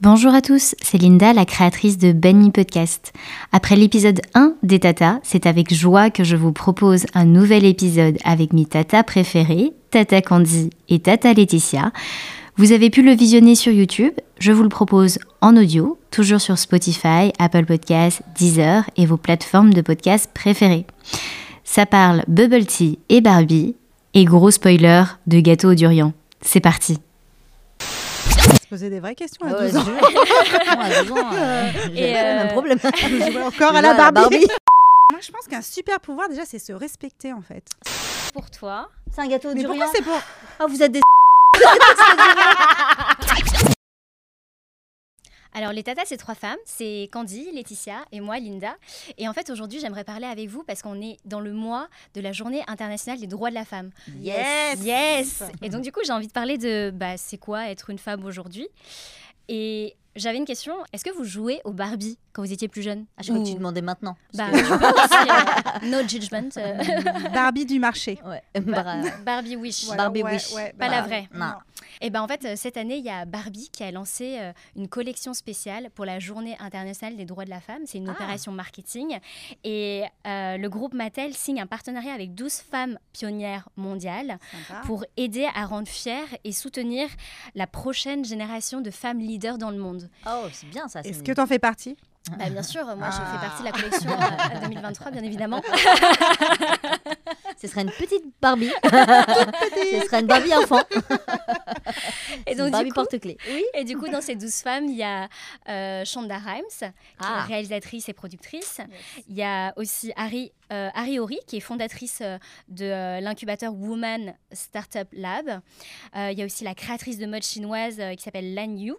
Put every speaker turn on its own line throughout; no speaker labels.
Bonjour à tous, c'est Linda, la créatrice de Benny Podcast. Après l'épisode 1 des Tata, c'est avec joie que je vous propose un nouvel épisode avec mes Tata préférés, Tata Candy et Tata Laetitia. Vous avez pu le visionner sur YouTube, je vous le propose en audio, toujours sur Spotify, Apple Podcasts, Deezer et vos plateformes de podcasts préférées. Ça parle bubble tea et Barbie, et gros spoiler de gâteau au durian. C'est parti
se poser des vraies questions
Ah
à
ouais,
12 ans.
je- Moi, à 12 ans, euh, j'avais
Et,
pas le
euh,
même problème.
Je jouais encore à
Je
la
jouais à la
Barbie. Moi, je pense qu'un super pouvoir, déjà, c'est se respecter, en fait.
pour toi.
C'est un gâteau au
Mais
durian.
pourquoi c'est pour...
Ah, vous êtes des...
Alors les tatas, c'est trois femmes, c'est Candy, Laetitia et moi, Linda. Et en fait, aujourd'hui, j'aimerais parler avec vous parce qu'on est dans le mois de la Journée internationale des droits de la femme.
Yes Ah,
Yes Et donc du coup, j'ai envie de parler de bah, c'est quoi être une femme aujourd'hui Et j'avais une question, est-ce que vous jouez au Barbie quand vous étiez plus jeune
Ah, je crois que tu
Ou-
demandais maintenant.
Bah, je peux aussi, euh, no judgment. euh,
Barbie du marché.
Ouais. Bra-
Barbie wish.
Voilà,
Barbie
ouais,
Wish.
ouais,
Pas la vraie.
bah, Non.
Et ben en fait, euh, cette année, il y a Barbie qui a lancé euh, une collection spéciale pour la Journée internationale des droits de la femme. C'est une
Ah.
opération marketing. Et euh, le groupe Mattel signe un partenariat avec 12 femmes pionnières mondiales
Sympa.
pour aider à rendre fière et soutenir la prochaine génération de femmes leaders dans le monde.
Oh, c'est bien ça.
Est-ce que t'en fais partie
Bah, bien sûr, moi, je
Ah.
fais partie de la collection euh, 2023, bien évidemment.
Ce serait une petite Barbie. Ce serait une Barbie enfant.
Et
une
donc,
Barbie
du coup,
porte-clés.
oui, et du coup, dans ces 12 femmes, il y a euh, Shonda Rhimes,
Ah.
qui est réalisatrice et productrice. Il y a aussi Harry, euh, Harry Hori, qui est fondatrice euh, de euh, l'incubateur Woman Startup Lab. Euh, il y a aussi la créatrice de mode chinoise euh, qui s'appelle Lan Yu.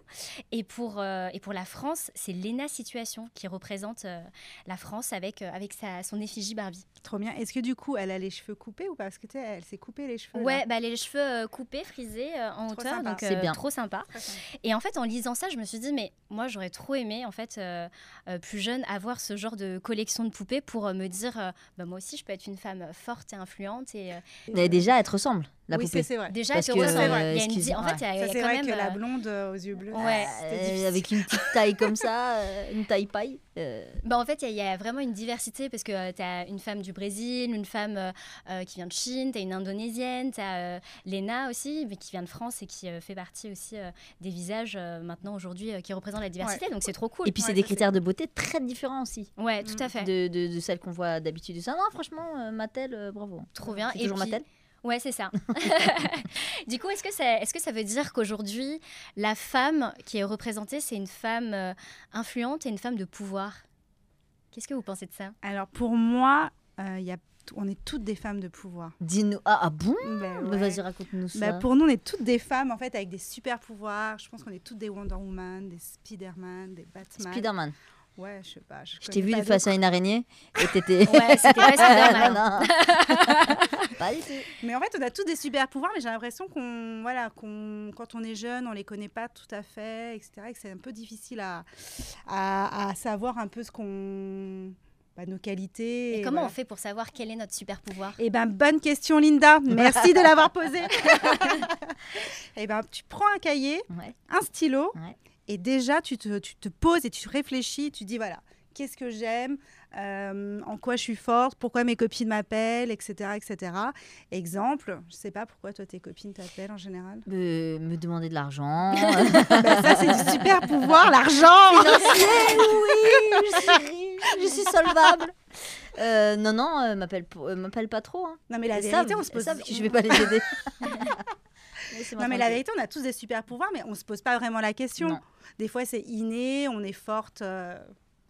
Et pour, euh, et pour la France, c'est Lena Situation qui représente euh, la France avec, euh, avec sa, son effigie Barbie.
Trop bien. Est-ce que du coup, elle a les cheveux coupés ou pas Parce que tu sais, elle s'est coupée les cheveux. là.
Ouais, bah, les cheveux euh, coupés, frisés euh, en
Trop
hauteur,
sympa.
donc
C'est
euh,
bien.
trop sympa.
Très sympa.
Et en fait, en lisant ça, je me suis dit, mais moi, j'aurais trop aimé, en fait, euh, euh, plus jeune, avoir ce genre de collection de poupées pour euh, me dire, euh, bah, moi aussi, je peux être une femme forte et influente. Et euh,
Mais déjà, elle te ressemble, la
oui, c'est-
poupée.
c'est vrai.
déjà,
Parce
elle te
que,
ressemble.
euh,
Il y a une
excuse-
di- En fait,
ouais.
il y a, il y
Ça,
a
c'est
quand
vrai
même.
que la
euh,
blonde euh, aux yeux bleus.
Ouais.
euh,
Euh,
c'était difficile.
avec une petite taille comme ça, euh, une taille paille. euh,
bah, en fait, il y, a- il y a vraiment une diversité parce que tu as une femme du Brésil, une femme euh, euh, qui vient de Chine, tu as une indonésienne, tu as Lena aussi, mais qui vient de France et qui euh, fait partie aussi euh, des visages euh, maintenant aujourd'hui euh, qui représentent la diversité. Donc, c'est trop cool.
Et puis, c'est
Ouais,
des
ça, c'est-
critères de beauté très différents aussi.
Ouais, tout à fait.
De, de, de celles qu'on voit d'habitude. Ça, non, franchement, euh, Mattel, euh, bravo.
Trop bien.
C'est toujours
puis-
Mattel
Ouais, c'est ça. du coup, est-ce que ça, est-ce que ça veut dire qu'aujourd'hui, la femme qui est représentée, c'est une femme euh, influente et une femme de pouvoir Qu'est-ce que vous pensez de ça
Alors, pour moi, euh, il y a t- on est toutes des femmes de pouvoir.
Dis-nous. Ah, ah bon
Ben
Bah,
ouais.
Vas-y, raconte-nous
Bah,
ça.
pour nous, on est toutes des femmes, en fait, avec des super pouvoirs. Je pense qu'on est toutes des Wonder Woman, des Spider-Man, des Batman.
Spider-Man.
ouais, je sais pas. Je,
Je t'ai
connais
vu
pas
face à une araignée et t'étais.
Ouais, c'était pas hein. Spider-Man.
Ah, Non, non. pas du tout.
Mais en fait, on a tous des super pouvoirs, mais j'ai l'impression qu'on, voilà, qu'on, quand on est jeune, on les connaît pas tout à fait, etc. Et que c'est un peu difficile à, à, à savoir un peu ce qu'on, bah, nos qualités.
Et, comment on fait pour savoir quel est notre super pouvoir
Eh ben, bonne question, Linda. Merci de l'avoir posée. eh ben, tu prends un cahier,
Ouais.
un stylo,
Ouais.
et déjà, tu te, tu te poses et tu réfléchis, tu dis, voilà. Qu'est-ce que j'aime euh, En quoi je suis forte Pourquoi mes copines m'appellent Etc. etc. Exemple, je sais pas pourquoi toi tes copines t'appellent en général.
Me, me demander de l'argent.
Bah, ça, c'est du super pouvoir, l'argent
Financier, oui, je suis riche, je suis solvable. Euh, non, non, euh, m'appelle pour- euh, m'appelle pas trop. hein.
Non, mais la
Elles
vérité,
savent-
on se
elles
pose.
savent que je vais pas les aider.
Non, mais la vérité, on a tous des super pouvoirs, mais on se pose pas vraiment la question.
Non.
Des fois, c'est inné, on est forte. euh,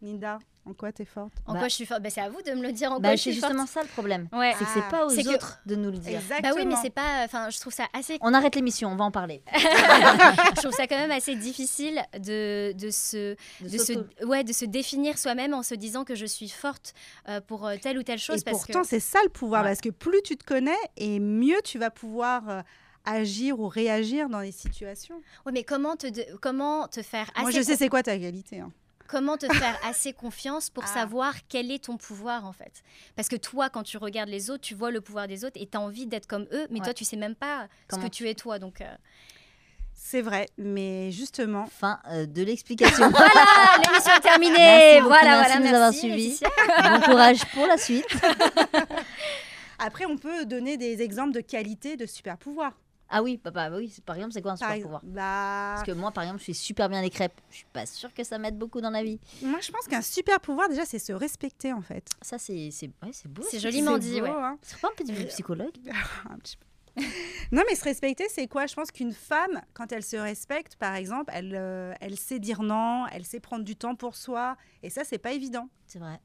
Linda, en quoi t'es forte
En
Bah-
quoi je suis forte Bah, C'est à vous de me le dire. En quoi
Bah,
je
c'est
suis
justement
forte
ça le problème.
Ouais.
C'est que c'est
Ah.
pas aux
C'est que-
autres de nous le dire.
Exactement.
Bah oui, mais c'est pas. Enfin, je trouve ça assez.
On arrête l'émission, on va en parler.
je trouve ça quand même assez difficile de, de se, de se, ouais, de se définir soi-même en se disant que je suis forte euh, pour euh, telle ou telle chose.
Et
parce que...
pourtant, c'est ça le pouvoir,
Ouais.
parce que plus tu te connais et mieux tu vas pouvoir euh, agir ou réagir dans les situations.
Ouais, mais comment te, de- comment te faire assez
Moi, je sais Ah, c'est quoi ta qualité. hein.
Comment te faire assez confiance pour
Ah.
savoir quel est ton pouvoir en fait Parce que toi, quand tu regardes les autres, tu vois le pouvoir des autres et tu as envie d'être comme eux, mais
Ouais.
toi, tu sais même pas
Comment-
ce que tu es toi. Donc, euh,
C'est vrai, mais justement,
Fin euh, de l'explication.
Voilà, l'émission est terminée.
Merci beaucoup,
voilà,
merci
voilà,
de nous avoir suivis.
Laetitia.
bon courage pour la suite.
après, on peut donner des exemples de qualité de super pouvoir.
Ah oui, papa, oui, c'est- par exemple, c'est quoi un super pouvoir
Bah,
Parce que moi, par exemple, je suis super bien les crêpes. Je suis pas sûre que ça m'aide beaucoup dans la vie.
moi, je pense qu'un super pouvoir, déjà, c'est se respecter, en fait.
Ça, c'est c'est ouais, c'est beau.
C'est
ça.
joliment
C'est
dit,
beau,
ouais.
hein.
C'est pas un petit peu psychologue
Un petit peu. non, mais se respecter, c'est quoi Je pense qu'une femme, quand elle se respecte, par exemple, elle, euh, elle sait dire non, elle sait prendre du temps pour soi. Et ça, c'est pas évident,
C'est vrai.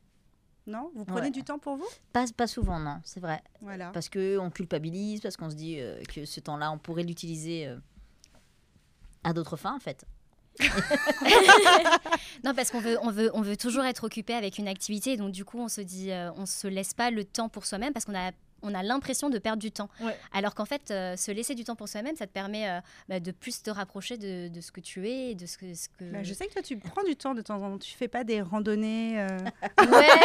non Vous prenez
Ouais.
du temps pour vous
Pas, pas souvent, non, c'est vrai.
Voilà.
Parce que on culpabilise, parce qu'on se dit euh, que ce temps-là, on pourrait l'utiliser euh, à d'autres fins, en fait.
Non, parce qu'on veut, on veut, on veut toujours être occupé avec une activité, donc du coup, on se dit, euh, on se laisse pas le temps pour soi-même parce qu'on a, on a l'impression de perdre du temps.
Ouais.
Alors qu'en fait, euh, se laisser du temps pour soi-même, ça te permet euh, bah, de plus te rapprocher de, de ce que tu es, et de ce que, ce que.
Bah, je sais que toi, tu prends du temps de temps en temps. Tu fais pas des randonnées euh,
Ouais.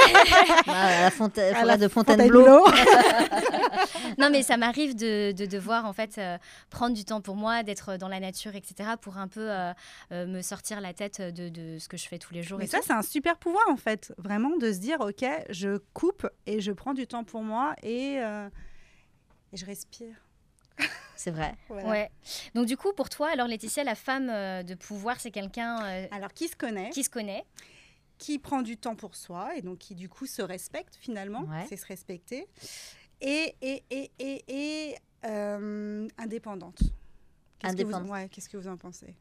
Bah, à la fonta-
à
forêt
la
de Fontainebleau.
Fontainebleau.
non, mais ça m'arrive de, de devoir en fait euh, prendre du temps pour moi, d'être dans la nature, etc., pour un peu euh, euh, me sortir la tête de, de ce que je fais tous les jours.
Mais
et
ça,
tout.
c'est un super pouvoir, en fait. Vraiment, de se dire, OK, je coupe et je prends du temps pour moi et, euh, et je respire.
C'est vrai.
Voilà.
Ouais. Donc du coup, pour toi, alors Laetitia, la femme euh, de pouvoir, c'est quelqu'un euh,
Alors, qui se connaît, qui...
qui se connaît.
prend du temps pour soi et donc qui, du coup, se respecte, finalement.
Ouais.
C'est se respecter. Et, et, et, et, et, euh, indépendante. Qu'est-ce que vous-
Indépendante.
ouais, Qu'est-ce que vous en pensez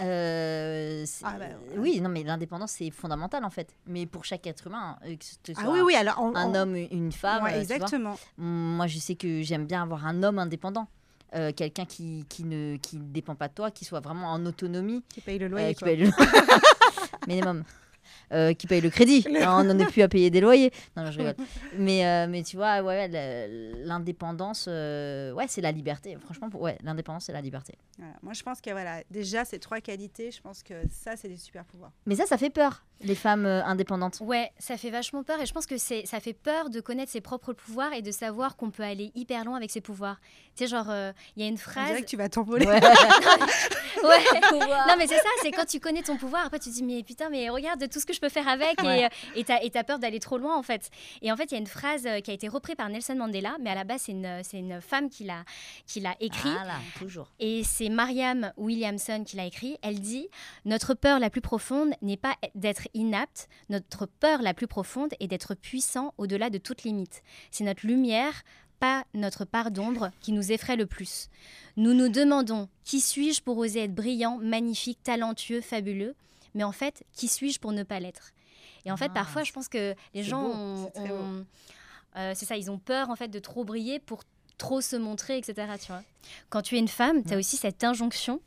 Euh, c'est-
Ah bah, ouais.
Oui, non, mais l'indépendance, c'est fondamental, en fait. Mais pour chaque être humain, euh, que ce
Ah
soit
oui, oui, alors... on-
un
on-
homme, une femme,
Ouais,
euh, tu vois.
exactement.
Moi, je sais que j'aime bien avoir un homme indépendant. Euh, quelqu'un qui, qui ne qui ne dépend pas de toi, qui soit vraiment en autonomie,
Qui paye le
euh,
loyer.
qui
quoi.
paye le minimum, Euh, qui paye le crédit. Alors, on n'en est plus à payer des loyers. Non, non, je rigole. Mais, euh, mais tu vois, ouais, le- l'indépendance, euh, ouais, c'est la liberté. Franchement, pour- ouais, l'indépendance, c'est la liberté.
Voilà. Moi, je pense que, voilà, déjà, ces trois qualités, je pense que ça, c'est des super pouvoirs.
Mais ça, ça fait peur, les femmes euh, indépendantes.
Ouais, ça fait vachement peur et je pense que c'est ça fait peur de connaître ses propres pouvoirs et de savoir qu'on peut aller hyper loin avec ses pouvoirs. Tu sais, genre, euh, il y a une
On
phrase.
dirait que tu vas t'envoler.
Ouais. Non
non,
mais c'est ça, c'est quand tu connais ton pouvoir, après tu te dis mais putain mais regarde tout ce que je peux faire avec et,
Ouais.
euh, et t'as, et t'as peur d'aller trop loin en fait. Et en fait il y a une phrase euh, qui a été reprise par Nelson Mandela, mais à la base c'est une, euh, c'est une femme qui l'a, qui l'a écrit
Ah.
là, toujours.
et c'est Mariam Williamson qui l'a écrit. Elle dit notre peur la plus profonde n'est pas d'être inapte, notre peur la plus profonde est d'être puissant au-delà de toute limite. C'est notre lumière pas notre part d'ombre qui nous effraie le plus. Nous nous demandons qui suis-je pour oser être brillant, magnifique, talentueux, fabuleux, mais en fait, qui suis-je pour ne pas l'être Et en fait,
Ah,
parfois, je pense que les
c'est
gens
beau,
ont-
c'est très beau.
ont- euh, c'est ça, ils ont peur en fait de trop briller pour trop se montrer, etc. Tu vois Quand tu es une femme, tu
Mm.
as
Ouais.
aussi cette injonction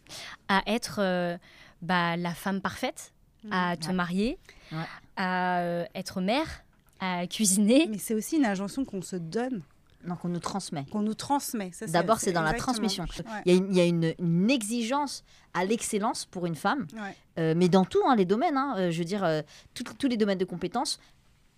à être euh, bah, la femme parfaite,
Mhm.
à te
Ouais.
marier,
Ouais.
à euh, être mère, à cuisiner.
Mais c'est aussi une injonction qu'on se donne,
Donc, on nous transmet.
qu'on nous transmet. Ça,
D'abord, c'est dans la
exactement.
transmission.
Ouais.
Il y a, une, il y a une- une exigence à l'excellence pour une femme,
Ouais.
euh, mais dans tous les domaines. hein, euh, je veux dire, euh, tout- tous les domaines de compétences,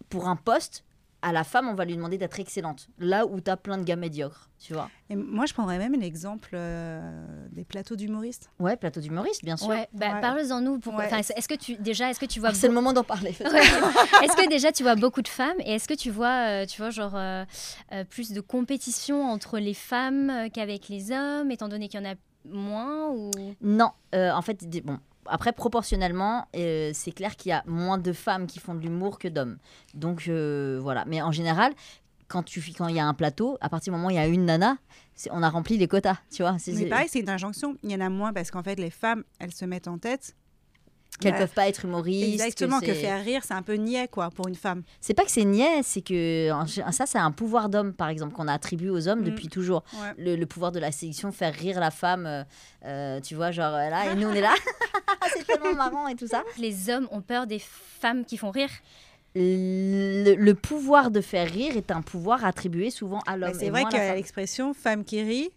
pour un poste, à la femme, on va lui demander d'être excellente. Là où tu as plein de gars médiocres, tu vois.
Et moi, je prendrais même l'exemple euh, des plateaux d'humoristes.
Ouais, plateau d'humoriste, bien sûr.
Ouais, bah,
Ouais.
Parle-en nous. Pourquoi
Ouais.
enfin, Est-ce que tu déjà, est-ce que tu vois
Ah, C'est le moment d'en parler. peut-être.
Ouais. Est-ce que déjà tu vois beaucoup de femmes et est-ce que tu vois, euh, tu vois genre euh, euh, plus de compétition entre les femmes euh, qu'avec les hommes, étant donné qu'il y en a moins ou
Non, euh, en fait, des- bon. Après, proportionnellement, euh, c'est clair qu'il y a moins de femmes qui font de l'humour que d'hommes. Donc euh, voilà. Mais en général, quand tu quand il y a un plateau, à partir du moment où il y a une nana, c'est- on a rempli les quotas, tu vois. C'est-
Mais
c'est-
pareil, c'est une injonction. Il y en a moins parce qu'en fait, les femmes, elles se mettent en tête.
Qu'elles
Ouais.
peuvent pas être humoristes. que
Exactement, que,
c'est-
faire rire, c'est un peu niais, quoi, pour une femme.
C'est pas que c'est niais, c'est que en gé- ça, c'est un pouvoir d'homme, par exemple, qu'on a attribué aux hommes
Mm.
depuis toujours.
Ouais.
Le, le pouvoir de la séduction, faire rire la femme, euh, euh, tu vois, genre euh, là, et nous on est là, c'est tellement marrant et tout ça.
les hommes ont peur des femmes qui font rire
le, le pouvoir de faire rire est un pouvoir attribué souvent à l'homme.
Bah, c'est
et
vrai
moins à
qu'il y
la
a
femme.
l'expression femme qui rit,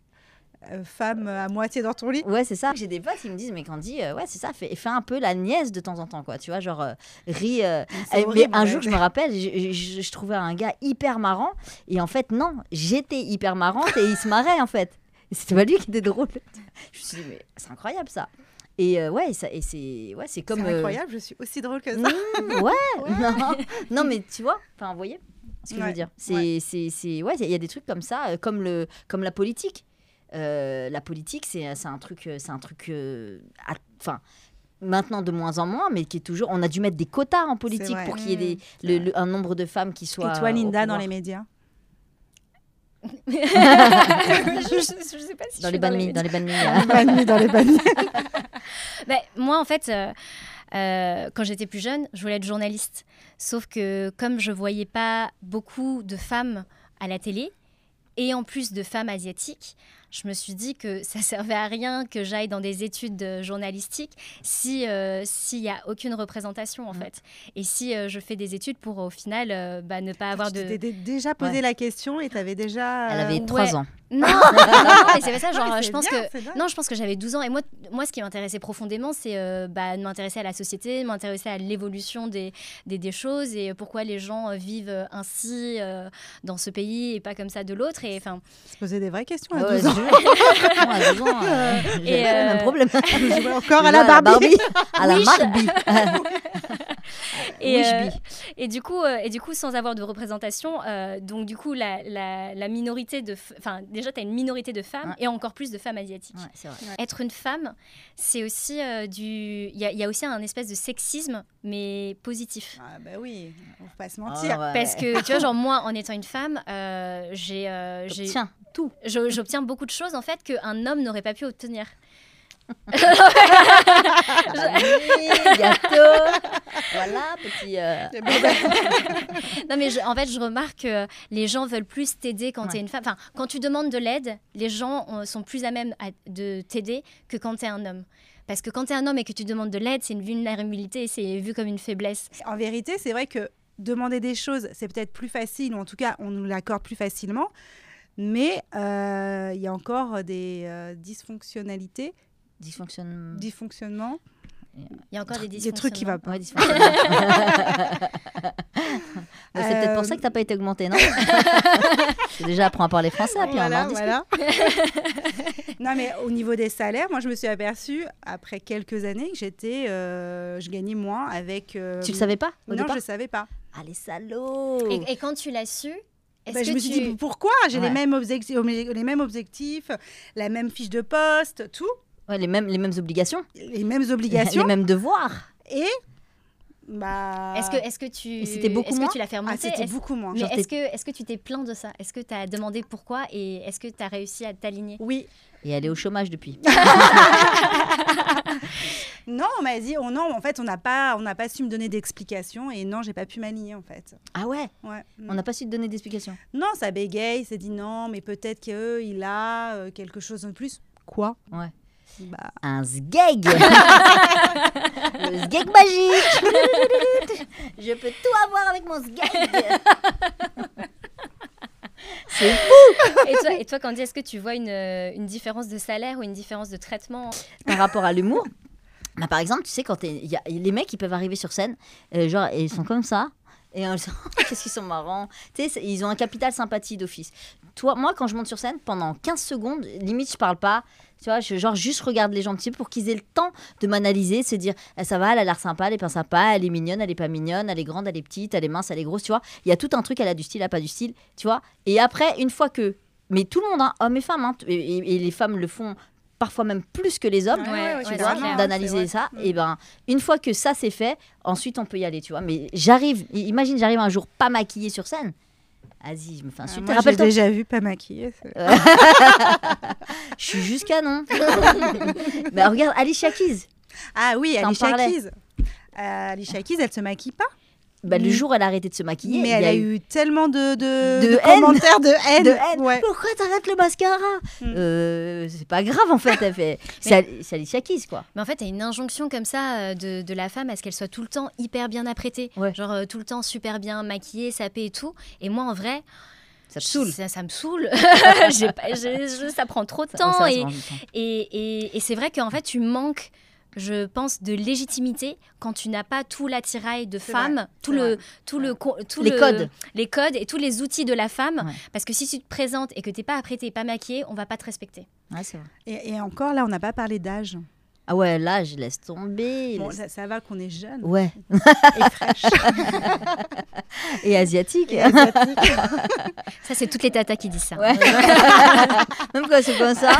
euh, femme euh, à moitié dans ton lit.
Ouais, c'est ça. J'ai des potes qui me disent, mais Candy, euh, ouais, c'est ça, fais, fais un peu la nièce de temps en temps, quoi. Tu vois, genre, euh, ris. euh,
C'est
eh,
horrible,
mais un
ouais.
jour, je me rappelle, je, je- je trouvais un gars hyper marrant, et en fait, non, j'étais hyper marrante, et il se marrait, en fait. C'était pas lui qui était drôle. Je me suis dit, mais c'est incroyable ça. Et euh, ouais, et ça- et c'est ouais, c'est comme.
C'est
euh,
incroyable, je suis aussi drôle que ça.
Mmh, ouais, non. non, mais tu vois, enfin, vous voyez ce que je veux
Ouais,
dire. C'est, c'est, c'est, ouais, il y a des trucs comme ça, euh, comme le, comme la politique. Euh, la politique, c'est, c'est un truc, euh, c'est un truc, euh, à- enfin. Maintenant de moins en moins, mais qui est toujours. On a dû mettre des quotas en politique
vrai.
pour qu'il y ait des,
Mmh,
le- le- un nombre de femmes qui soient.
Et toi,
au
Linda, dans
pouvoir.
les médias
je, je sais pas si
dans
je
les
suis dans
bannis,
les-
dans les bannis, là.
dans les bannis.
Bah, moi, en fait, euh, euh, quand j'étais plus jeune, je voulais être journaliste. Sauf que comme je voyais pas beaucoup de femmes à la télé, et en plus de femmes asiatiques, je me suis dit que ça servait à rien que j'aille dans des études euh, journalistiques si euh, s'il y a aucune représentation en
Mm.
fait, et si euh, je fais des études pour au final euh, bah, ne pas avoir
Tu
de
t'étais dé- déjà posé
Ouais.
la question et t'avais déjà.
Elle
euh,
avait
ouais.
3 ans.
non, non, non, mais c'est pas ça.
Non, mais
Genre, euh,
c'est
je pense
bien,
que
c'est dingue.
Non, je pense que j'avais 12 ans. Et moi, moi ce qui m'intéressait profondément, c'est euh, bah, de m'intéresser à la société, de m'intéresser à l'évolution des, des, des choses et pourquoi les gens euh, vivent euh, ainsi euh, dans ce pays et pas comme ça de l'autre. Et enfin,
se poser des vraies questions à
Ouais,
12 ans.
je- non, à 12 ans, euh, j'avais
Et,
pas le même
euh,
problème.
Je jouais encore à
Là,
la Barbie.
À la
Oui,
Barbie.
et,
Oui, je
euh,
bi.
et du coup, euh, et du coup, sans avoir de représentation, euh, donc du coup, la, la, la minorité de, f- enfin, déjà, tu as une minorité de femmes
Ouais.
et encore plus de femmes asiatiques.
Ouais, c'est vrai.
Être une femme, c'est aussi euh, du, il y, a- il y a aussi un espèce de sexisme, mais positif.
Ah, bah oui, on va pas se
Ah,
mentir.
ouais,
Parce
ouais.
que, tu vois, genre moi, en étant une femme, euh, j'ai, euh, j'ai-
Tiens,
je- j'obtiens beaucoup de choses, en fait, qu'un homme n'aurait pas pu obtenir.
Allez, gâteau. Voilà, petit. euh,
Eh ben, bah,
Non, mais je- en fait, je remarque que les gens veulent plus t'aider quand
Ouais.
t'es une femme. Enfin, quand tu demandes de l'aide, les gens euh, sont plus à même à- de t'aider que quand t'es un homme. Parce que quand t'es un homme et que tu demandes de l'aide, c'est une vulnérabilité, c'est vu comme une faiblesse.
en vérité, c'est vrai que demander des choses, c'est peut-être plus facile, ou en tout cas, on nous l'accorde plus facilement. Mais euh, il y a encore des euh, dysfonctionnalités,
Dysfonctionne.
dysfonctionnements,
Il y a encore des
des trucs qui vont pas.
Ouais, dysfonctionne. Mais Euh, c'est peut-être pour
Euh,
ça que t'as pas été augmenté, non Tu déjà apprends à parler français, Ah, puis on en discute.
non, mais au niveau des salaires, moi, je me suis aperçue, après quelques années, que j'étais, euh, je gagnais moins avec... euh,
Tu le savais pas au
Non,
départ
je savais pas.
Ah, les salauds
Et, et quand tu l'as su, est-ce
Bah,
que
je me suis
tu...
dit, pourquoi J'ai
Ouais.
les, mêmes objectifs, les mêmes objectifs, la même fiche de poste, tout,
Ouais, les, mêmes, les mêmes obligations,
les mêmes
les
obligations.
mêmes devoirs.
Et... Bah...
Est-ce que, est-ce que tu...
Et c'était beaucoup
est-ce
moins
que tu l'as fait
Ah,
remonter
c'était
Est-ce-
beaucoup moins.
Mais
Genre,
est-ce que, est-ce que tu t'es plaint de ça Est-ce que tu as demandé pourquoi et est-ce que tu as réussi à t'aligner
Oui.
Et elle est au chômage depuis.
Non, on m'a dit, oh non, en fait, on n'a pas, on n'a pas su me donner d'explications et non, j'ai pas pu m'aligner, en fait.
Ah ouais
Ouais.
On n'a pas su te donner d'explications.
Non, ça bégaye, c'est dit non, mais peut-être qu'il a euh, quelque chose de plus. Quoi
Ouais.
Bah,
Un sgeg Le sgeg magique Je peux tout avoir avec mon sgeg C'est fou
Et toi, et toi Candy, est-ce que tu vois une, euh, une différence de salaire ou une différence de traitement
Par rapport à l'humour, bah, par exemple, tu sais, quand t'es- y a- les mecs, ils peuvent arriver sur scène, euh, genre, et ils sont comme ça. Et on se dit, qu'est-ce qu'ils sont marrants. Tu sais, c'est- ils ont un capital sympathie d'office. Toi, moi, quand je monte sur scène, pendant 15 secondes, limite, je parle pas. Tu vois, je, genre, juste regarde les gens un petit peu pour qu'ils aient le temps de m'analyser, de se dire, Eh, ça va, elle a l'air sympa, elle est pas sympa, elle est mignonne, elle est pas mignonne, elle est grande, elle est petite, elle est mince, elle est grosse, tu vois. Il y a tout un truc, elle a du style, elle a pas du style, tu vois. Et après, une fois que. Mais tout le monde, hein, hommes et femmes, hein, t- et, et- et les femmes le font parfois même plus que les hommes,
Ouais, ouais, ouais,
tu
c'est
vois,
clair.
d'analyser ça.
Mm.
Et ben, une fois que ça c'est fait, ensuite on peut y aller, tu vois. Mais j'arrive, i- imagine, j'arrive un jour pas maquillée sur scène. Vas-y, je me fais
Ah,
insulter.
Moi, j'ai
Rappelle-toi,
déjà vu pas maquillée. c'est-
je suis juste canon. Mais regarde, Alicia Keys.
Ah oui,
T'en
Alicia
parlais. Ah.
Keys. Euh, Alicia Keys, elle se maquille pas,
Bah, le
Mm.
jour où elle a arrêté de se maquiller,
mais
il y
elle a eu tellement de,
De
de, de
haine.
commentaires de haine.
de haine.
Ouais.
Pourquoi t'arrêtes le mascara
Mm.
Euh, C'est pas grave en fait. Elle fait... C'est Al- c'est Alicia Keys quoi.
Mais en fait, tu as une injonction comme ça euh, de, de la femme à ce qu'elle soit tout le temps hyper bien apprêtée.
Ouais.
Genre euh, tout le temps super bien maquillée, sapée et tout. Et moi, en vrai,
Ça te
je-
saoule.
Ça, ça me saoule. J'ai pas- j'ai- je- ça prend trop de temps.
Ça- ça se
et
rend du temps.
et, et- et c'est vrai qu'en fait, tu manques je pense, de légitimité quand tu n'as pas tout l'attirail de
C'est
femme,
vrai,
tout
c'est
le, tout le, co- tout
Les
le-
codes.
les codes et tous les outils de la femme.
Ouais.
Parce que si tu te présentes et que t'es pas apprêtée, pas maquillée, on va pas te respecter.
hein. Ouais, c'est vrai.
Et, et encore, là, on n'a pas parlé d'âge.
Ah ouais, là, je laisse tomber.
Bon,
laisse-
ça, ça va qu'on est jeune
Ouais,
et fraîche.
et asiatique.
et asiatique.
Ça, c'est toutes les tatas qui disent ça.
Ouais. Même quand c'est comme ça,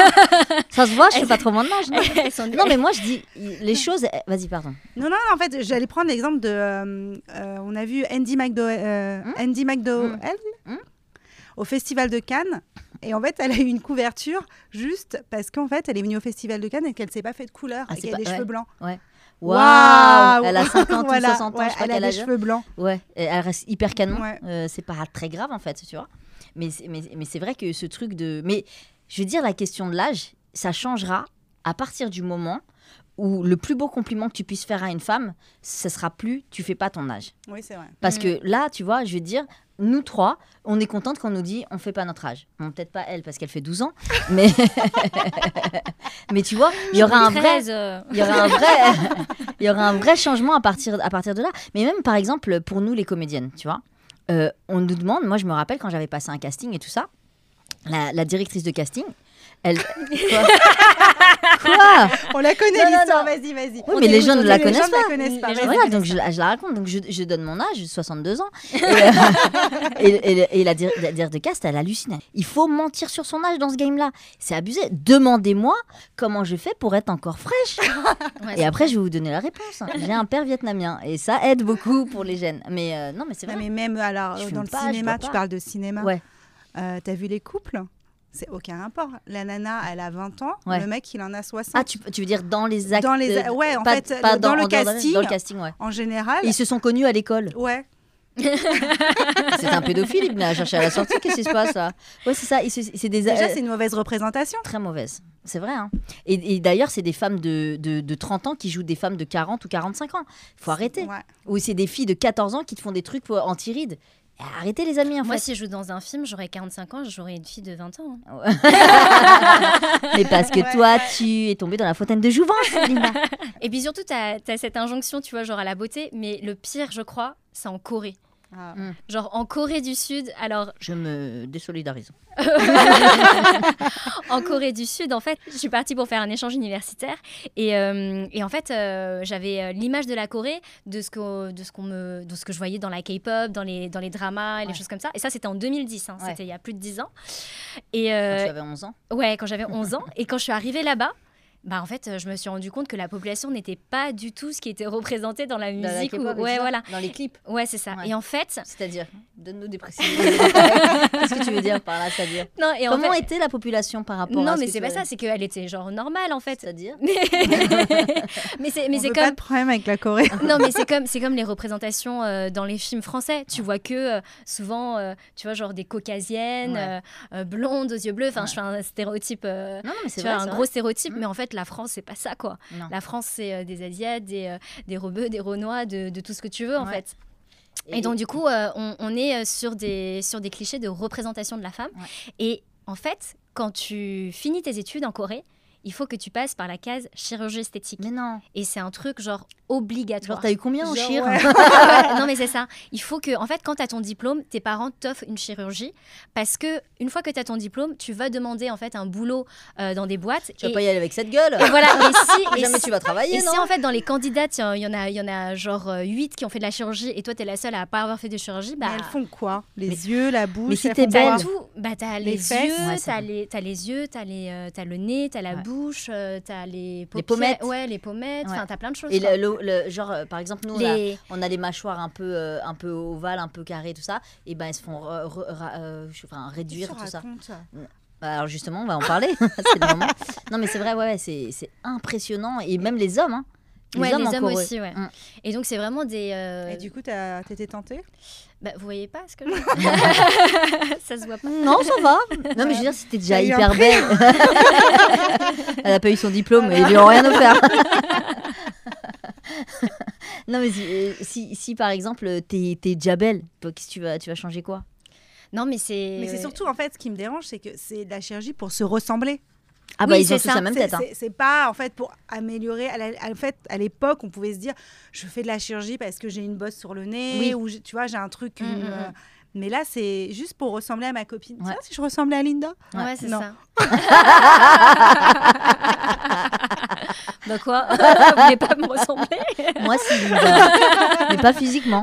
ça se voit, je suis pas trop mon âge. Non,
Elles sont-
non mais moi, je dis les choses. eh, Vas-y, pardon.
Non, non, non, en fait, j'allais prendre l'exemple de. euh, euh, on a vu Andy McDowell, euh,
Hmm
Andy McDowell
Hmm
au Festival de Cannes. Et en fait, elle a eu une couverture juste parce qu'en fait, elle est venue au Festival de Cannes et qu'elle s'est pas fait de couleur
Ah,
et
c'est
qu'elle a
pas-
des
ouais.
cheveux blancs.
Waouh
Waouh
Elle a 50
Voilà,
ou 60 ans,
ouais,
je crois
Elle
qu'elle
a
a
des
jeune.
cheveux blancs.
Ouais, et elle reste hyper canon.
Ouais.
Euh, c'est pas très grave en fait, tu vois. Mais c'est- mais, mais c'est vrai que ce truc de. Mais je veux dire, la question de l'âge, ça changera à partir du moment où le plus beau compliment que tu puisses faire à une femme, ce sera plus tu fais pas ton âge.
Oui, c'est vrai.
Parce que là, tu vois, je veux dire, nous trois, on est contente qu'on nous dit on fait pas notre âge. Bon, peut-être pas elle parce qu'elle fait 12 ans, mais. mais tu vois, il y aura un vrai.
13, euh,
Il y aura un vrai, il y aura un vrai changement à partir, à partir de là. Mais même, par exemple, pour nous, les comédiennes, tu vois, euh, on nous demande, moi, je me rappelle quand j'avais passé un casting et tout ça, la, la directrice de casting, elle. Quoi, Quoi
On la connaît
Non, non,
l'histoire,
non.
vas-y, vas-y.
Oui, mais les gens ne la connaissent
pas.
Les gens
vas-y.
Voilà, donc je, la- je la raconte, donc je, je donne mon âge, j'ai 62 ans. Et, euh, et- et- et la dire la dire de cast, elle hallucine. Il faut mentir sur son âge dans ce game-là. C'est abusé. Demandez-moi comment je fais pour être encore fraîche.
ouais,
Et après, je vais vous donner la réponse. J'ai un père vietnamien et ça aide beaucoup pour les gènes. Mais euh, non, mais c'est
Non,
vrai.
mais même alors,
Je
euh,
fume
dans le
pas, je
cinéma,
bois
tu
pas.
parles de cinéma.
Ouais.
Euh, T'as vu les couples C'est aucun rapport. La nana, elle a 20 ans,
Ouais.
le mec, il en a 60.
Ah, tu, tu veux dire dans les actes
Dans les a-
euh,
ouais, en
pas-
fait,
pas
le- dans le
en dehors d'un-
casting.
Dans le casting, ouais.
En général,
Et Ils se sont connus à l'école.
ouais.
C'est un pédophile, il venait à chercher à la sortie. Qu'est-ce qui se passe là Ouais, c'est ça. ils se- C'est des
Déjà,
euh,
c'est une mauvaise représentation.
très mauvaises. C'est vrai. hein. Et, et d'ailleurs, c'est des femmes de, de, de 30 ans qui jouent des femmes de 40 ou 45 ans. Faut arrêter.
Ouais.
Ou c'est des filles de 14 ans qui te font des trucs pour- anti-rides. Arrêtez les amis, en
Moi,
fait.
si je joue dans un film, j'aurais 45 ans, j'aurais une fille de 20 ans. hein.
Mais parce que
Ouais,
toi,
ouais.
tu es tombée dans la fontaine de jouvence, Linda.
hein. Et puis surtout, tu as, cette injonction, tu vois, genre à la beauté. Mais le pire, je crois, c'est en Corée.
Ah.
Genre en Corée du Sud, alors
Je me désolidarise.
en Corée du Sud, en fait, je suis partie pour faire un échange universitaire. Et, euh, et en fait, euh, j'avais euh, l'image de la Corée, de ce que, de ce qu'on me, de ce que je voyais dans la K-pop, dans les, dans les dramas et les
Ouais.
choses comme ça. Et ça, c'était en 2010, hein,
Ouais.
c'était il y a plus de 10 ans. Et, euh,
J'avais 11 ans.
Ouais, quand j'avais 11 ans. Et quand je suis arrivée là-bas, bah en fait, euh, je me suis rendu compte que la population n'était pas du tout ce qui était représenté dans la musique. ou... Ouais, voilà.
Dans les clips.
Ouais, c'est ça.
Ouais.
Et en fait,
C'est-à-dire, donne-nous des précisions. Qu'est-ce que tu veux dire par là C'est-à-dire,
non, et en
comment
fait-
était la population par rapport à
non,
ce
mais
que
c'est
tu
pas
avais
ça. C'est qu'elle était genre normale en fait. euh,
C'est-à-dire
mais mais c'est mais
On
c'est
veut
comme
pas de problème avec la Corée.
non mais c'est comme c'est comme les représentations euh, dans les films français tu vois que euh, souvent euh, tu vois genre des caucasiennes
Ouais.
euh, euh, blondes aux yeux bleus enfin
Ouais.
je fais un stéréotype euh,
Non, non, mais c'est
tu
vrai.
vois, un
c'est
gros
vrai.
stéréotype,
Mhm.
mais en fait, la France, c'est pas ça, quoi.
Non.
La France, c'est euh, des Asiates, des, euh, des Rebeux, des Renois, de, de tout ce que tu veux, en
Ouais.
fait. Et, donc, du coup, euh, on, on est euh, sur des, sur des clichés de représentation de la femme. Et en fait, quand tu finis tes études en Corée, il faut que tu passes par la case chirurgie esthétique.
Mais non.
Et c'est un truc,
Mmh.
genre,
Genre,
obligatoire.
t'as eu combien en
Genre,
chir
ouais.
Ah Ouais, non mais c'est ça. Il faut que, en fait, quand tu as ton diplôme, tes parents t'offrent une chirurgie parce que une fois que tu as ton diplôme, tu vas demander en fait un boulot euh, dans des boîtes.
Tu vas
et-
pas y aller avec cette gueule.
et voilà, et si, et
Jamais
si-
tu vas travailler,
et
non
si, en fait dans les candidates, il y en a, il y en a genre 8 qui ont fait de la chirurgie et toi t'es la seule à pas avoir fait de chirurgie, bah
Mais elles font quoi Les
Mais-
yeux, la bouche
mais si
elles
t'es
font
belle,
quoi
t'as tout, bah t'as les,
Les fesses.
yeux,
Ouais, c'est
t'as
vrai.
les, t'as les yeux, t'as les, euh, t'as le nez, t'as la
Ouais.
bouche, euh, t'as les paupières,
pommettes.
ouais les pommettes,
Ouais.
enfin t'as plein de choses.
Et
quoi.
le, le- le- genre, euh, par exemple, nous, on a-
hein. les...
on a les mâchoires un peu, euh, un peu ovales, un peu carrées, tout ça. Et ben, elles se font re- re- ra- euh, je- enfin, réduire,
Qu'est-ce que
tout
tu
ça.
racontes
Bah, alors justement, on va en parler. c'est le moment. Non, mais c'est vrai, ouais, ouais, c'est c'est impressionnant. Et même les hommes, hein. Les
Ouais,
hommes,
les hommes
encore,
aussi, ouais.
Mm.
Et donc c'est vraiment des. euh,
Et du coup, t'as- t'étais tentée
bah, vous voyez pas ce que je Ça se voit pas.
Non, ça va. Non, mais je veux dire, c'était déjà
T'as eu un
hyper
prix.
belle. Elle a pas eu son diplôme et ils lui ont rien offert. non, mais si, euh, si, si, par exemple, t'es es déjà belle, bah, qu'est-ce que tu vas, tu vas changer quoi
Non mais c'est.
Mais c'est surtout, en fait, ce qui me dérange, c'est que c'est de la chirurgie pour se ressembler.
Ah bah
Oui,
ils ont
c'est
tous
ça,
la même
C'est-
tête. hein.
c'est- C'est pas en fait pour améliorer. À la- en fait, à l'époque, on pouvait se dire, je fais de la chirurgie parce que j'ai une bosse sur le nez
Oui. Mmh,
ou j'ai- tu vois, j'ai un truc.
Mm,
une,
mm,
euh, Mais là, c'est juste pour ressembler à ma copine.
Ouais.
Tiens, si je ressemblais à Linda.
Ouais,
Ouais,
c'est
non.
ça. bah quoi Vous voulez pas me ressembler
Moi si, Linda. mais pas physiquement.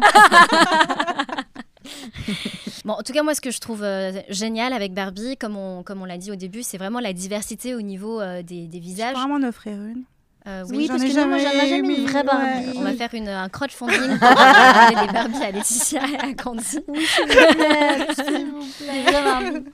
Bon, en tout cas, moi, ce que je trouve euh, génial avec Barbie, comme on, comme on l'a dit au début, c'est vraiment la diversité au niveau euh, des, des
Je
visages.
pourrais m'en offrir une.
Euh,
Oui,
Oui,
j'en
parce
ai
que non, moi,
jamais
j'en ai jamais
mis,
une vraie Barbie.
ouais.
On va faire une, un crowdfunding pour demander des Barbies à Laetitia et à Candy.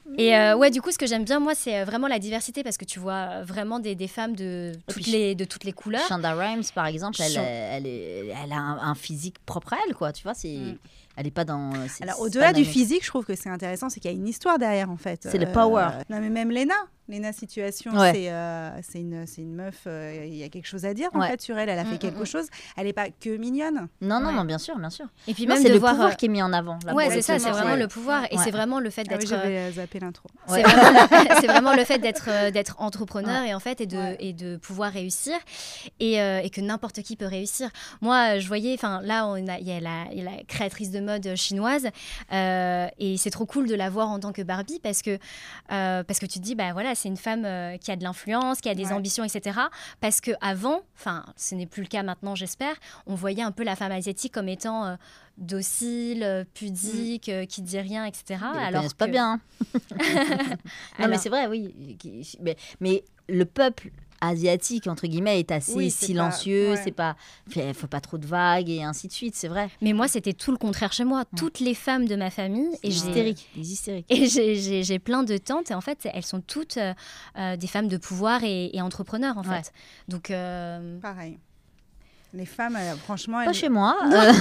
Et euh, ouais, du coup, ce que j'aime bien, moi, c'est euh, vraiment la diversité parce que tu vois euh, vraiment des, des femmes de toutes,
puis-
les, de toutes les couleurs.
Shonda Rhimes, par exemple, elle, euh,
Shon-
elle, est- elle a un, un physique propre à elle, quoi. Tu vois, c'est,
Mm.
elle est pas dans. euh, c'est-
Alors,
c'est
au-delà
pas
du
dans-
physique, je trouve que c'est intéressant, c'est qu'il y a une histoire derrière, en fait. Euh,
C'est le power.
Non, mais même Léna. Léna Situation,
Ouais.
c'est euh, c'est une, c'est une meuf, euh, il y a quelque chose à dire, en
Ouais. Mmh,
fait, sur elle. Elle a
Mm,
fait
mm,
quelque
mm.
chose. Elle n'est pas que mignonne.
Non, non,
Ouais.
non, bien sûr, bien sûr.
Et puis
Non,
même
c'est
de
le
voir.
pouvoir
euh,
qui est mis en avant. là,
Ouais,
pour
c'est
le
ça,
coup,
c'est
là,
vraiment
c'est-
le pouvoir et
Ouais.
c'est vraiment le fait
Ah oui,
d'être. euh,
j'avais euh, zappé l'intro.
Ouais.
C'est vraiment, c'est vraiment le fait d'être euh, d'être entrepreneur et en fait et de,
Ouais.
et de pouvoir réussir et, euh, et que n'importe qui peut réussir. Moi, euh, je voyais, enfin là, on a- il y, a la- il y a la créatrice de mode chinoise euh, et c'est trop cool de la voir en tant que Barbie parce que euh, parce que tu te dis bah voilà, c'est une femme euh, qui a de l'influence, qui a des
Ouais.
ambitions, etc. Parce que avant, enfin ce n'est plus le cas maintenant, j'espère, on voyait un peu la femme asiatique comme étant euh, docile, euh, pudique, euh, qui dit rien, etc.
Mm. Ils le
alors
connaissent pas
que-
bien. hein. non, mais
Alors-
c'est vrai, oui. qui- Mais, mais le peuple asiatique entre guillemets est assez
Oui, c'est pas-
silencieux
ouais.
c'est pas fait- faut pas trop de vagues et ainsi de suite c'est vrai
Mais moi, c'était tout le contraire chez moi. Toutes les femmes de ma famille, et
et
j'ai
hystérique les hystériques
et j'ai- j'ai j'ai plein de tantes, et en fait, elles sont toutes euh, euh, des femmes de pouvoir et, et entrepreneurs, en
Ouais.
fait. Donc, euh,
Pareil. Les femmes, euh, franchement,
pas
elles,
chez moi euh,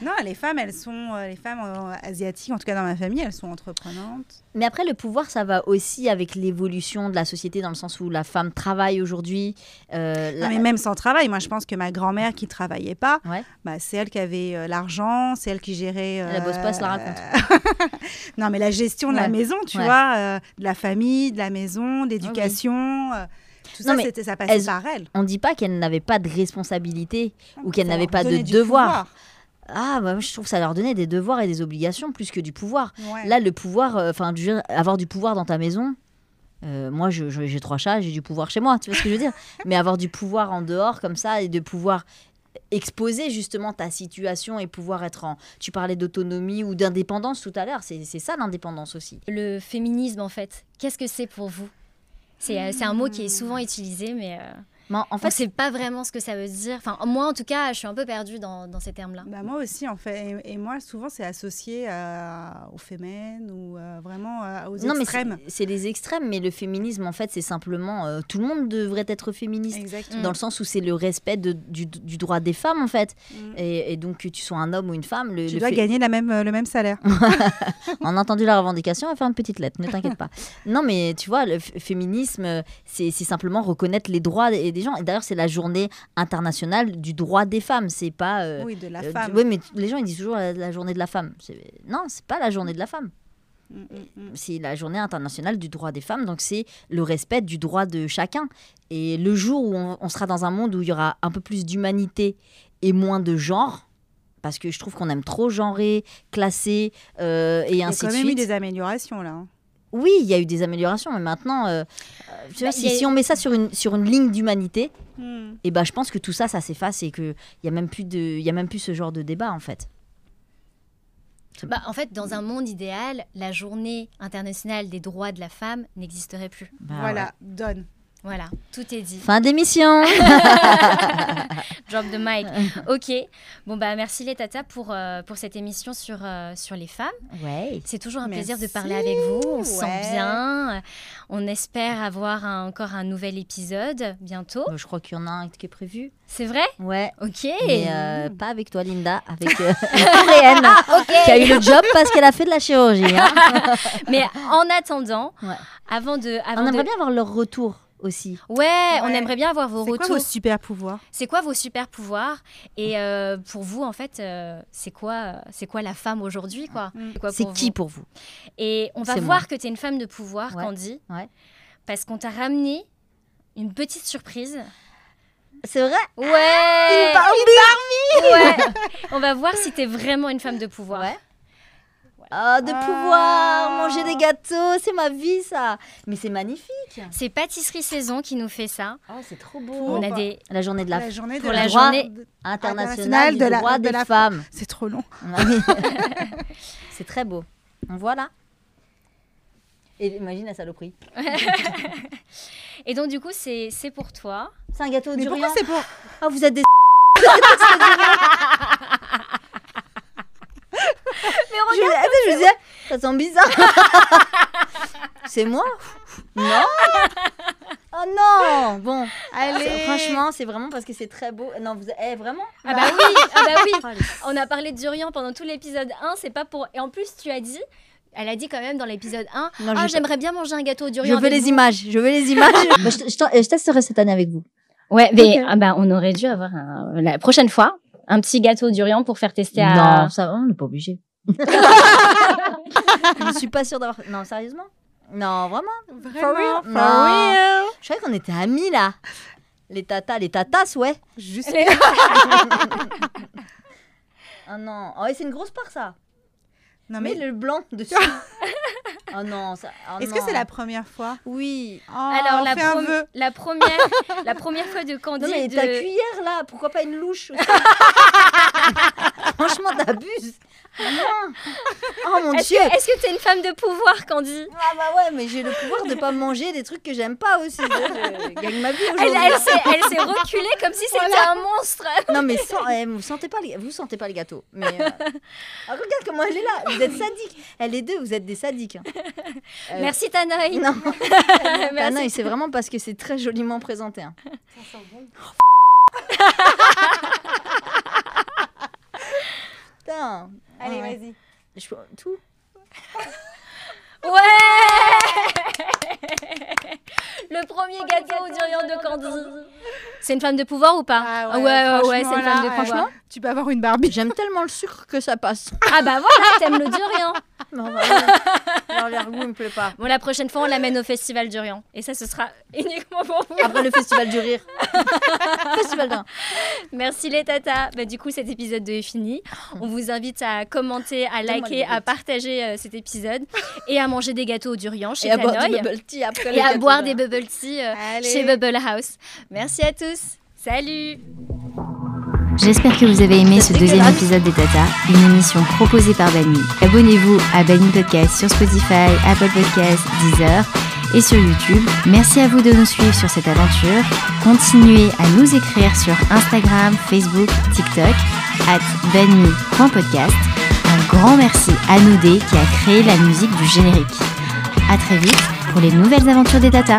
non, les femmes, elles sont, euh, les femmes euh, asiatiques, en tout cas dans ma famille, elles sont entreprenantes.
Mais après, le pouvoir, ça va aussi avec l'évolution de la société, dans le sens où la femme travaille aujourd'hui. euh, la-
Non, Ah, mais même sans travail, moi, je pense que ma grand-mère qui travaillait pas,
Ouais.
bah, c'est elle qui avait euh, l'argent, c'est elle qui gérait.
La bosse pas, se la raconte.
euh, non, mais la gestion de la
Ouais.
maison, tu
Ouais.
vois, euh, de la famille, de la maison, d'éducation. euh, tout
Non,
ça,
mais
c'était- ça passait
elles-
par elle.
On ne dit pas qu'elle n'avait pas de responsabilité ou qu'elle
Ça
n'avait
leur
pas de
donnait du
devoir. Ah, bah, moi, je trouve que ça leur donnait des devoirs et des obligations plus que du pouvoir.
pouvoir. Ouais.
Là, le pouvoir, euh, enfin, avoir du pouvoir dans ta maison, euh, moi, je- je- j'ai trois chats, j'ai du pouvoir chez moi, tu vois ce que je veux dire Mais avoir du pouvoir en dehors comme ça et de pouvoir exposer justement ta situation et pouvoir être en... Tu parlais d'autonomie ou d'indépendance tout à l'heure, c'est c'est ça l'indépendance aussi.
le féminisme, en fait, qu'est-ce que c'est pour vous C'est euh, c'est un mot qui est souvent utilisé, mais euh,
Mais Hmm. en- en
en fait,
fait,
c'est pas vraiment ce que ça veut dire. Enfin, moi, en tout cas, je suis un peu perdue dans, dans ces
Hein.
termes-là.
Bah, moi aussi, en fait. Et, et moi, souvent, c'est associé à- aux fémènes ou euh, vraiment euh, aux
Non, mais
extrêmes.
c'est- c'est les extrêmes, mais le féminisme, en fait, c'est simplement euh, tout le monde devrait être féministe.
Exactement.
Dans le sens où c'est le respect de- du, du droit des femmes, en fait. Et, et donc, que tu sois un homme ou une femme, le,
Mm. Tu
le
dois
fait-
gagner la même, euh, le même salaire.
on a entendu la revendication, on va faire une petite lettre, ne t'inquiète pas. non, mais tu vois, le f- féminisme, euh, c'est c'est simplement reconnaître les droits des, des gens. Et d'ailleurs, c'est la journée internationale du droit des femmes. C'est pas. euh,
oui, de la
euh,
femme.
ouais, mais t- les gens, ils disent toujours la, la journée de la femme. C'est- Non, c'est pas la journée de la femme.
Mm, mm, mm.
c'est la journée internationale du droit des femmes, donc c'est le respect du droit de chacun. Et le jour où on, on sera dans un monde où il y aura un peu plus d'humanité et moins de genre, parce que je trouve qu'on aime trop genrer, classer euh, et
Il y a
ainsi
quand
de
même eu
suite.
des améliorations là. hein.
Oui, il y a eu des améliorations, mais maintenant, euh, euh, tu vois,
Bah, il
si,
y a-
si on met ça sur une, sur une ligne d'humanité,
Mm.
et ben, je pense que tout ça, ça s'efface et qu'il n'y a, même plus de- il y a même plus ce genre de débat en fait.
Bah, en fait, dans un monde idéal, la journée internationale des droits de la femme n'existerait plus.
Bah,
voilà,
ouais.
donne.
Voilà, tout est dit.
Fin d'émission
Drop the mic. Ok. Bon, bah, merci les tatas pour, euh, pour cette émission sur, euh, sur les femmes.
Ouais.
C'est toujours un plaisir de
Merci.
parler avec vous. On se sent
Ouais.
bien. On espère avoir un- encore un nouvel épisode bientôt.
Bah, je crois qu'il y en a un qui est prévu.
C'est vrai
Ouais.
Ok.
Mais euh, pas avec toi, Linda, avec euh, la coréenne qui a eu le job parce qu'elle a fait de la chirurgie. hein.
Mais en attendant,
Ouais.
avant de.
On
Avant de-
aimerait bien avoir leur retour aussi.
Ouais, on aimerait bien avoir vos
C'est quoi
retours.
vos super pouvoirs
C'est quoi vos super pouvoirs Et euh, pour vous, en fait, euh, c'est quoi, euh, c'est quoi la femme aujourd'hui quoi
Mm.
quoi
C'est
pour
qui
vous
pour vous
Et on va
C'est
voir
moi.
que tu es une femme de pouvoir,
Ouais,
Candy.
ouais.
parce qu'on t'a ramené une petite surprise.
C'est vrai
Ouais
Une Barbie
Ouais. On va voir si t'es vraiment une femme de pouvoir.
Ouais. Ah, de
Ah.
pouvoir manger des gâteaux, c'est ma vie ça. Mais c'est magnifique.
C'est Pâtisserie Saison qui nous fait ça.
Oh, c'est trop
Pour-
beau.
On a
bah.
des
La journée de la,
la journée
pour
de
la
la
journée
de-
internationale de la, droit des
de la-
femmes. Ah
C'est trop long.
c'est très beau. On voit là. Et imagine la saloperie.
et donc du coup c'est c'est pour toi.
C'est un gâteau
Mais
durian.
pourquoi c'est pour
Ah, vous êtes des. Ah, Mais regarde, je, disais, ça sent bizarre. c'est moi Non Oh non Bon,
Allez
franchement, c'est vraiment parce que c'est très beau. Non, vous, eh, vraiment
Ah bah oui, ah bah oui.
Oh, les-
On a parlé de Durian pendant tout l'épisode 1, c'est pas pour et en plus tu as dit elle a dit quand même dans l'épisode 1
Non,
"Ah,
j'ai-
j'aimerais bien manger un gâteau au
Je
Durian."
veux
avec
les
vous.
images, je veux les images. je, testerai cette année avec vous.
Ouais, mais ah bah, on aurait dû avoir un- la prochaine fois un petit gâteau d'Orient pour faire tester à.
Non, ça va, on n'est pas obligé. je ne suis pas sûre d'avoir. Non, sérieusement Non, vraiment
Vraiment, for
real? Non.
Ah.
real.
Je croyais qu'on était amis là. Les tatas, les tatas, ouais.
Juste
Ah non, oh, et c'est une grosse part ça.
Non
Ah, mais
mais
le blanc dessus. oh non, ça. oh
est-ce que
non.
c'est la première fois
Oui.
Oh,
Alors
on
la,
fait un
prom-
vœu.
la première la première fois de
Non
Candy
mais
de-
ta cuillère là, pourquoi pas une louche aussi Franchement, t'abuses. Non. Oh mon
Est-ce
dieu.
que- est-ce que t'es une femme de pouvoir Candy
Ah bah ouais, mais j'ai le pouvoir de pas manger des trucs que j'aime pas aussi. Je je gagne ma vie
Elle,
aujourd'hui.
elle s'est elle s'est reculée comme si c'était un monstre.
Non mais sans- eh, vous sentez pas les- vous sentez pas le gâteau. Mais euh, ah, regarde comment elle est là. Vous êtes sadique. Elle est deux. Vous êtes des sadiques. hein. Euh,
Merci Tanaï.
Non. Ah non,
Merci.
et c'est vraiment parce que c'est très joliment présenté. hein. Putain. Ah
Allez,
Ouais.
vas-y.
Je peux- tout.
Ouais Le premier gâteau au durian de Candy. C'est une femme de pouvoir ou pas
Ah
ouais, ouais, ouais,
franchement,
c'est une femme de
là,
pouvoir.
euh, Tu peux avoir une Barbie.
J'aime tellement le sucre que ça passe.
Ah bah voilà, t'aimes le durian.
Non, vraiment. Non, leur goût me plaît pas.
Bon, la prochaine fois, on l'amène au festival durian. Et ça, ce sera uniquement pour vous.
Après le festival du rire. festival d'un.
Merci les tatas. Bah, du coup, cet épisode 2 est fini. On vous invite à commenter, à
Donne-moi le
liker, à
baguette.
partager euh, cet épisode et à manger des gâteaux au durian chez
Et à boire du
Tanoï.
bubble tea après
et
le
à
gâteau
boire
d'un.
des bubble tea euh,
Allez.
chez Bubble House. Merci à tous. Salut
J'espère que vous avez aimé ce deuxième
dégueulasse.
épisode des Tata, une émission proposée par Bani. Abonnez-vous à Bani Podcast sur Spotify, Apple Podcasts, Deezer et sur YouTube. Merci à vous de nous suivre sur cette aventure. Continuez à nous écrire sur Instagram, Facebook, TikTok, at bani.podcast. Un grand merci à Nodé qui a créé la musique du générique. À très vite pour les nouvelles aventures des Tata.